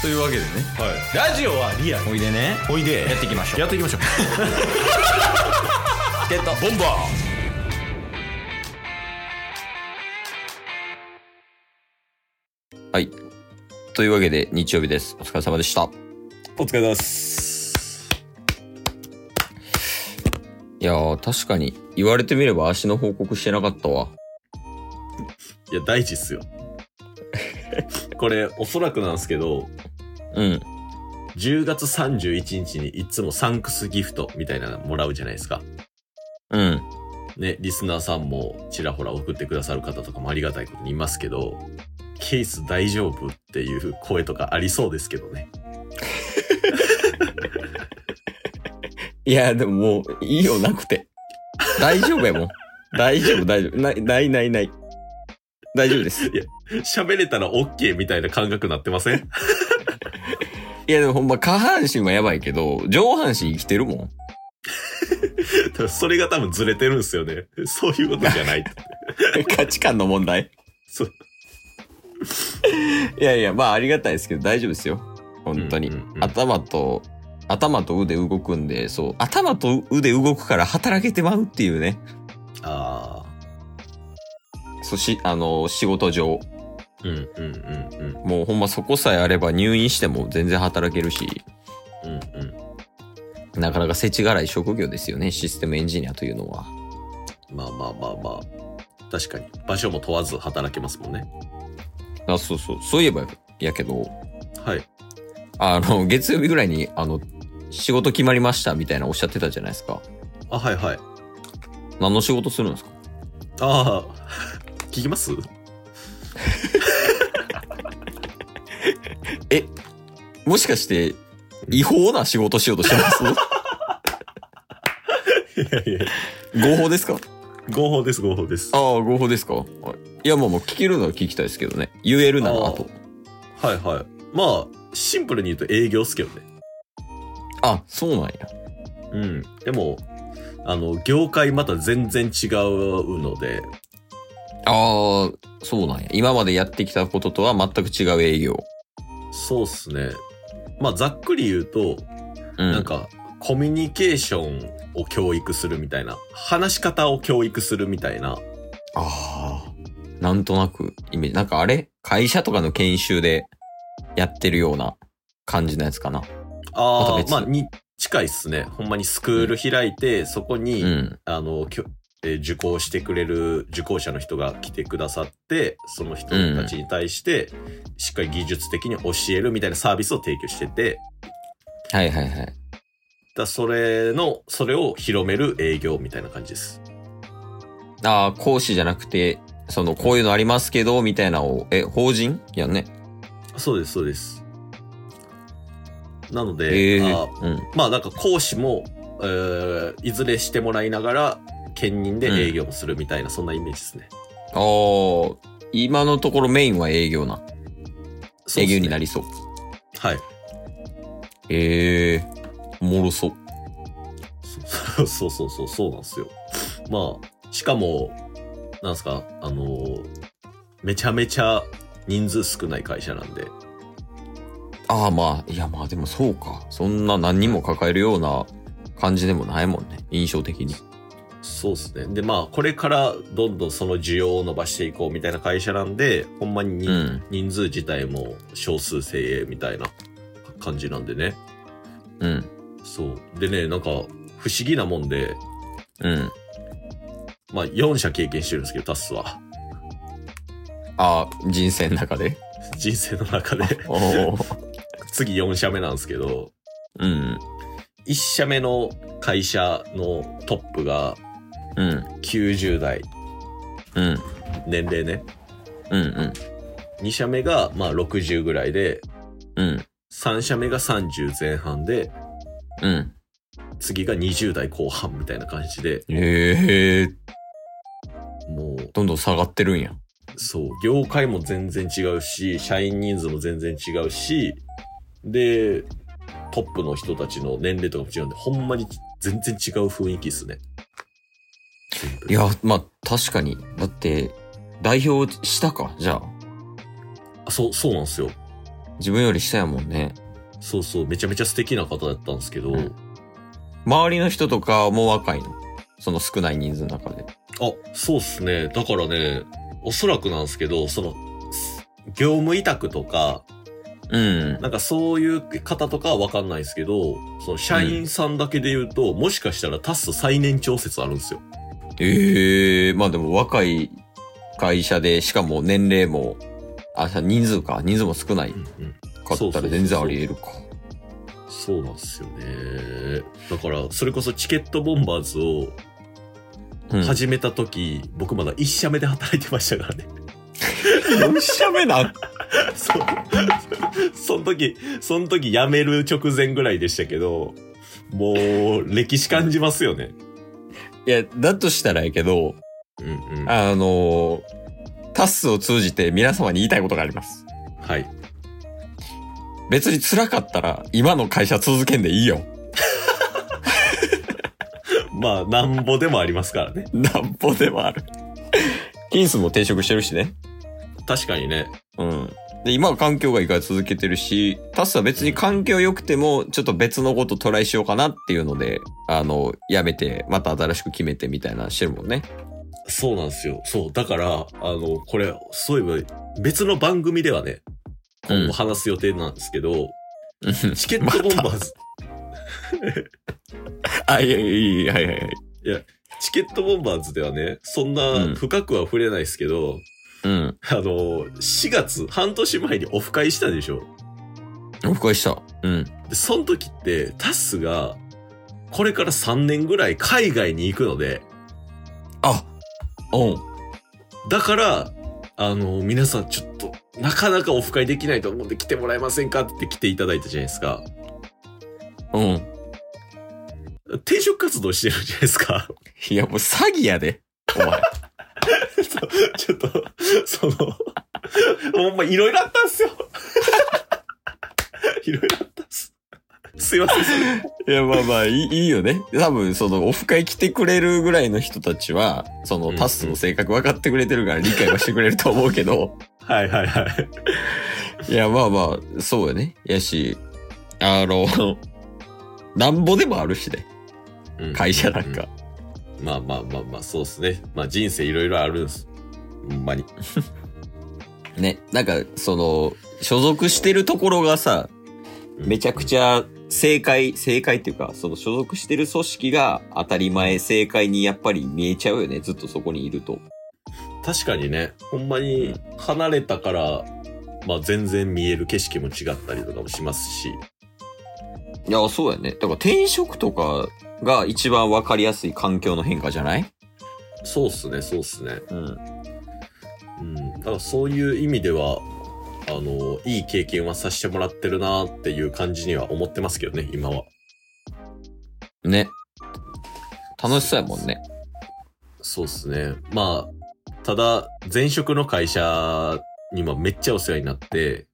というわけでねはい、ラジオはリアルおいでねおいでやっていきましょうやっていきましょうゲットボンバーはいというわけで日曜日ですお疲れ様でしたお疲れ様ですいやー確かに言われてみれば足の報告してなかったわいや大事っすよ これおそらくなんですけどうん10月31日にいつもサンクスギフトみたいなのもらうじゃないですかうんねリスナーさんもちらほら送ってくださる方とかもありがたいことにいますけどケース大丈夫っていう声とかありそうですけどね いやでももういいよなくて大丈夫やもん大丈夫大丈夫ないないないない大丈夫です喋れたら OK みたいな感覚なってません いやでもほんま下半身はやばいけど上半身生きてるもんそれが多分ずれてるんですよね そういうことじ ゃない 価値観の問題そういやいやまあありがたいですけど大丈夫ですよ本当に、うんうんうん頭と頭と腕動くんでそう頭と腕動くから働けてまうっていうねああそうしあの仕事上うんうんうんうんもうほんまそこさえあれば入院しても全然働けるしうんうんなかなか世知辛い職業ですよねシステムエンジニアというのはまあまあまあまあ確かに場所も問わず働けますもんねあそうそうそういえばやけどはいあの月曜日ぐらいにあの仕事決まりましたみたいなおっしゃってたじゃないですかあはいはい何の仕事するんですかああ 聞きますもしかして、違法な仕事しようとしてますいやいや合法ですか合法です合法ですああ、合法ですかいや、もうもう聞けるなら聞きたいですけどね。言えるならああと。はいはいまあシンプルに言うと営業っすけどねあ、そうなんや。うんでもあの業界また全然違うのでああ、そうなんや。今までやってきたこととは全く違う営業。そうっすねまあざっくり言うと、うん。なんかコミュニケーションを教育するみたいな話し方を教育するみたいなああ、なんとなくイメージ。なんかあれ会社とかの研修でやってるような感じのやつかな。あまたあ、別まあ、に、近いっすね。ほんまにスクール開いて、そこに、うん。あの、きょえー受講してくれる受講者の人が来てくださって、その人たちに対して、しっかり技術的に教えるみたいなサービスを提供してて、はいはいはい。だそれの、それを広める営業みたいな感じです。ああ、講師じゃなくて、その、こういうのありますけど、みたいなのを、え、法人やんね。そうです、そうです。なのえで、えあーうん。まあなんか講師も、えーいずれしてもらいながら、兼任で営業もするみたいな、そんなイメージですね。ああ、今のところメインは営業な。そう営っすね業になりそう。はい。ええおもろそう。そうそうそうそうそうなんですよ。まあ、しかも、なんすか、あのーめちゃめちゃ人数少ない会社なんで、ああ、まあ、いやまあでもそうか。そんな何人も抱えるような感じでもないもんね。印象的に。そうですね。で、まあ、これからどんどんその需要を伸ばしていこうみたいな会社なんで、ほんまに人,、うん人数自体も少数精鋭みたいな感じなんでね。うん。そう。でね、なんか、不思議なもんで、うん。まあ、4社経験してるんですけど、タスは。 ああ、人生の中で。人生の中で、おお。 次4社目なんですけど、 うん。 1社目の会社のトップがうん。 90代うん。年齢ねうん。うん。 2社目がまあ60ぐらいでうん。 3社目が30前半でうん。次が20代後半みたいな感じでええもうどんどん下がってるんや。そう業界も全然違うし社員人数も全然違うしでトップの人たちの年齢とかも違うんでほんまに全然違う雰囲気っすねいシンプルにや、まあ確かに。だって、代表したか、じゃあ。あそうそうなんですよ自分より下やもんね。そうそう、めちゃめちゃ素敵な方だったんですけど、うん周りの人とかも若いの。その少ない人数の中で。あ、そうっすね。だからね、おそらくなんですけど、その、す業務委託とか、うん。なんかそういう方とかはわかんないですけど、その社員さんだけで言うと、もしかしたらタス最年長説あるんですよ。ええまあでも若い会社で、しかも年齢も、あ、人数か。人数も少ないかそうっそたうそらう全然あり得るか。そうなんですよね。だから、それこそチケットボンバーズをうん始めた時、僕まだ1社目で働いてましたからね。 4社目な。そう。その時、その時辞める直前ぐらいでしたけど、もう、歴史感じますよね。 いや、だとしたらやけど、うんうん。あのータスを通じて皆様に言いたいことがあります。はい。別に辛かったら、今の会社続けんでいいよ。まあ、なんぼでもありますからね。なんぼでもあ る。キンスも転職してるしね。確かにね。うん。で、今は環境がいいから続けてるし、タスは別に環境良くても、ちょっと別のことトライしようかなっていうので、あの、やめて、また新しく決めてみたいなのしてるもんね。そうなんですよ。そう。だから、あの、これ、そういえば、別の番組ではね、今後話す予定なんですけど、うんチケットボンバーズ、 あ、いやいやいや、はいはいはい。チケットボンバーズではね、そんうなん深くは触れないですけど、うん。あの、4月、半年前にオフ会したでしょ。了解した。うん。で、その時って、タスが、これから3年ぐらい海外に行くので、あ、うん。だから、あの、皆さんちょっと、なかなかオフ会できないと思うんで来てもらえませんかって言って来ていただいたじゃないですか。うん。転職活動してるじゃないですか。 いや、もう詐欺やで。お前。ちょっと、その、ほんまいろいろあったんすよ。 いろいろあったんす。すいません。 いや、まあまあ、いいいいよね。多分、その、オフ会来てくれるぐらいの人たちは、そうんうの、んタスの性格分かってくれてるから理解はしてくれると思うけど、はいはいはい。いや、まあまあ、そうやね。やし、あの、 なんぼでもあるしね、うん会社なんか。まあまあまあまあ、そうっすね。まあ人生いろいろあるんす。ほんまに。ね、なんか、その、所属してるところがさ、めちゃくちゃ正解、正解っていうか、その所属してる組織が当たり前、正解にやっぱり見えちゃうよね。ずっとそこにいると。確かにね、ほんまに離れたから、まあ全然見える景色も違ったりとかもしますし。いや、そうやね。だから転職とかが一番わかりやすい環境の変化じゃないそうっすね、そうっすね。うん。うん、だからそういう意味では、あの、いい経験はさせてもらってるなっていう感じには思ってますけどね、今は。ね。楽しそうやもんね。そうですね。まあ、ただ、前職の会社にもめっちゃお世話になって、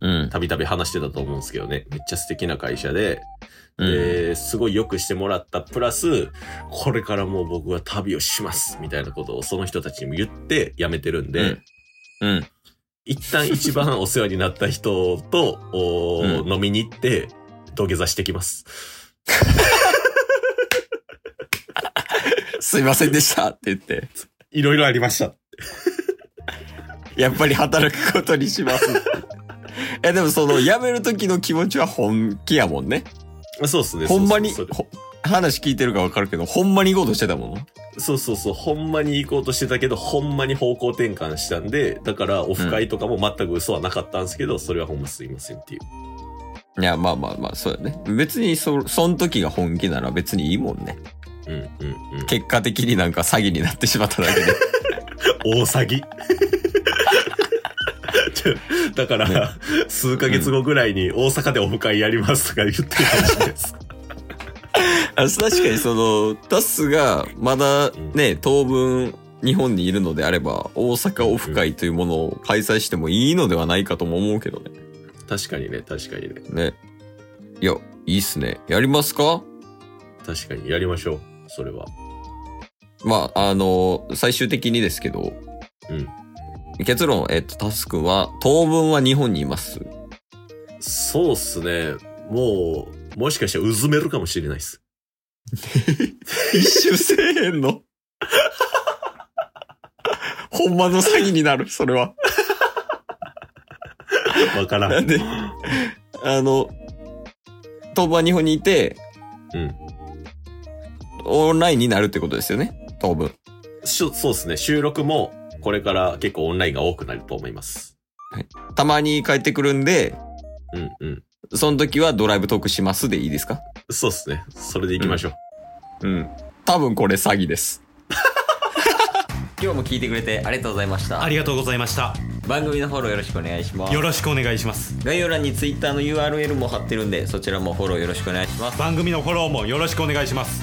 うん。たびたび話してたと思うんですけどね、めっちゃ素敵な会社で、うん、で、すごい良くしてもらった、プラス、これからもう僕は旅をします、みたいなことをその人たちにも言って辞めてるんで、うんうん。一旦一番お世話になった人と、おーう飲みに行って、土下座してきます。すいませんでしたって言って。いろいろありました。やっぱり働くことにします。 え、でもその、辞める時の気持ちは本気やもんね。そうですね。ほんまに、そうそほう話聞いてるかわかるけど、ほんまに行こうとしてたもの。そうそうそう、ほんまに行こうとしてたけど、ほんまに方向転換したんで、だからオフ会とかも全く嘘はなかったんですけど、それはほんますいませんっていう。いや、まあまあまあ、そうやね。別にそ、そん時が本気なら別にいいもんね。うんうんうん。結果的になんか詐欺になってしまっただけ で。大詐欺。 ちょだから、ね数ヶ月後ぐらいに大阪でオフ会やりますとか言ってるかもしれないです。あ確かにそのタスがまだね当分日本にいるのであれば大阪オフ会というものを開催してもいいのではないかとも思うけどね。 確かにね、確かにね。ねいやいいっすね。やりますか確かにやりましょう。それは。まああの最終的にですけど、うん結論、えっと、タス君は当分は日本にいます。そうっすね。もう、もしかしたらうずめるかもしれない です。一周せえへんの。 ほんまの詐欺になる、それは。わからなんん。で、あの、当分は日本にいて、うん。オンラインになるってことですよね。当分。しゅそうですね。収録も、これから結構オンラインが多くなると思います。たまに帰ってくるんで、うんうん。その時はドライブトークしますでいいですかそうですね。それで行きましょう。うん。多分これ詐欺です。 今日も聞いてくれてありがとうございましたあ。りがとうございました番組のフォローよろしくお願いしますよ。ろしくお願いします概要欄に Twitter の URL も貼ってるんで、そちらもフォローよろしくお願いします。番組のフォローもよろしくお願いします